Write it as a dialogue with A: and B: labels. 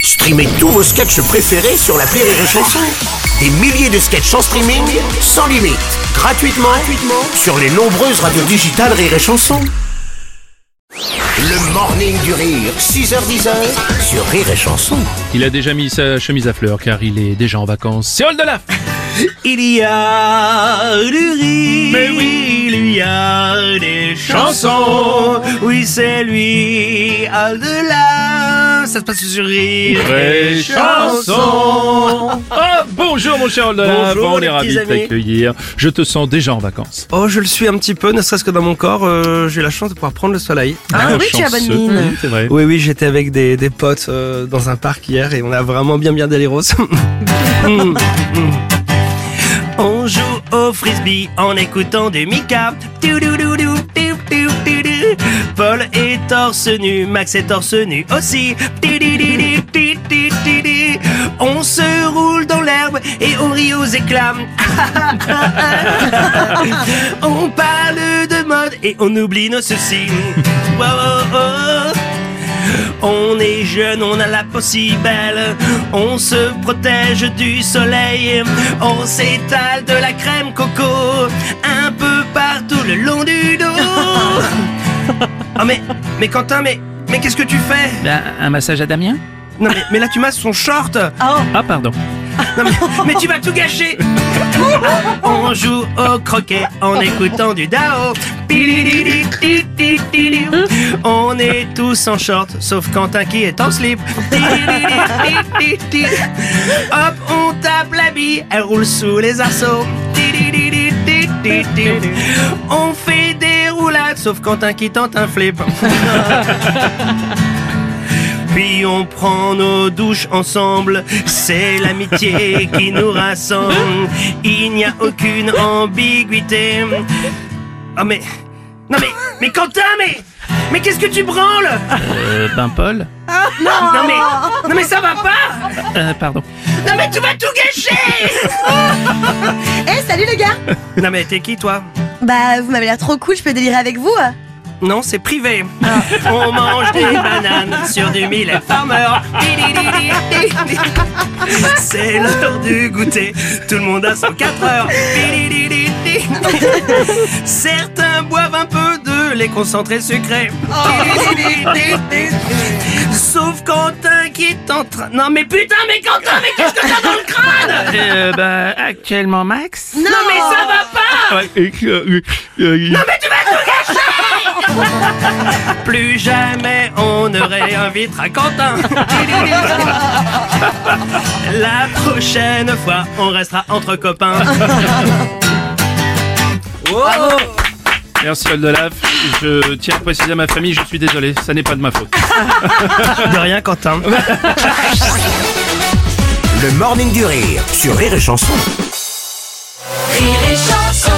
A: Streamez tous vos sketchs préférés sur la Rire et Chanson. Des milliers de sketchs en streaming, sans limite, gratuitement, gratuitement sur les nombreuses radios digitales Rire et Chanson. Le morning du rire, 6h10 sur Rire et Chanson.
B: Il a déjà mis sa chemise à fleurs car il est déjà en vacances. C'est Oldelaf
C: Il y a du riz.
B: Mais oui.
C: il y a des chansons. Oui, c'est lui, Aldela. Ça se passe sur rire.
B: Vraie
C: et chanson.
B: Ah, bonjour mon cher Oldelaf
C: Bonjour,
B: On
C: les
B: est ravis
C: petits
B: de
C: amis.
B: t'accueillir. Je te sens déjà en vacances.
C: Oh, je le suis un petit peu, ne serait-ce que dans mon corps, euh, j'ai la chance de pouvoir prendre le soleil.
B: Ah
D: oui, tu as bonne mine.
B: Oui, c'est vrai.
C: Oui, oui, j'étais avec des, des potes euh, dans un parc hier et on a vraiment bien bien des roses. on joue au frisbee en écoutant des Mika. Toudoudou, tou, tou, toudou. Paul est torse nu, Max est torse nu aussi. Tidididi, tidididi. On se roule dans l'herbe et on rit aux éclats. On parle de mode et on oublie nos soucis. Wow, oh, oh. On est jeune, on a la peau si belle. On se protège du soleil. On s'étale de la crème coco un peu partout le long du dos. Ah mais, mais Quentin, mais, mais qu'est-ce que tu fais
B: Ben, un massage à Damien
C: Non mais, mais là tu masses son short.
B: Ah, pardon.
C: Non, mais, mais tu vas tout gâcher On joue au croquet en écoutant du Dao On est tous en short Sauf Quentin qui est en slip Hop, on tape la bille Elle roule sous les arceaux On fait des roulades Sauf Quentin qui tente un flip puis on prend nos douches ensemble. C'est l'amitié qui nous rassemble. Il n'y a aucune ambiguïté. Ah mais. Non mais. Mais Quentin, mais. Mais qu'est-ce que tu branles
B: Euh, ben Paul
C: Non mais. Non mais ça va pas
B: Euh, pardon.
C: Non mais tu vas tout gâcher
D: Eh, salut les gars
C: Non mais t'es qui toi
D: Bah, vous m'avez l'air trop cool, je peux délirer avec vous
C: Non, c'est privé. On mange des bananes sur du millet farmer. C'est l'heure du goûter. Tout le monde a 104 heures. Certains boivent un peu de lait concentré sucré. Sauf Quentin qui est en train. Non mais putain, mais Quentin, mais qu'est-ce que t'as dans le crâne
B: Euh, bah, actuellement Max
D: Non,
C: Mais ça va pas
B: Ah, euh,
C: mais tu vas tout gâcher Plus jamais on ne réinvitera Quentin. La prochaine fois, on restera entre copains.
B: Merci Oldelaf. Je tiens à préciser à ma famille, je suis désolé, ça n'est pas de ma faute.
C: De rien, Quentin.
A: Le morning du rire sur Rire et Chanson.
E: Rire et chanson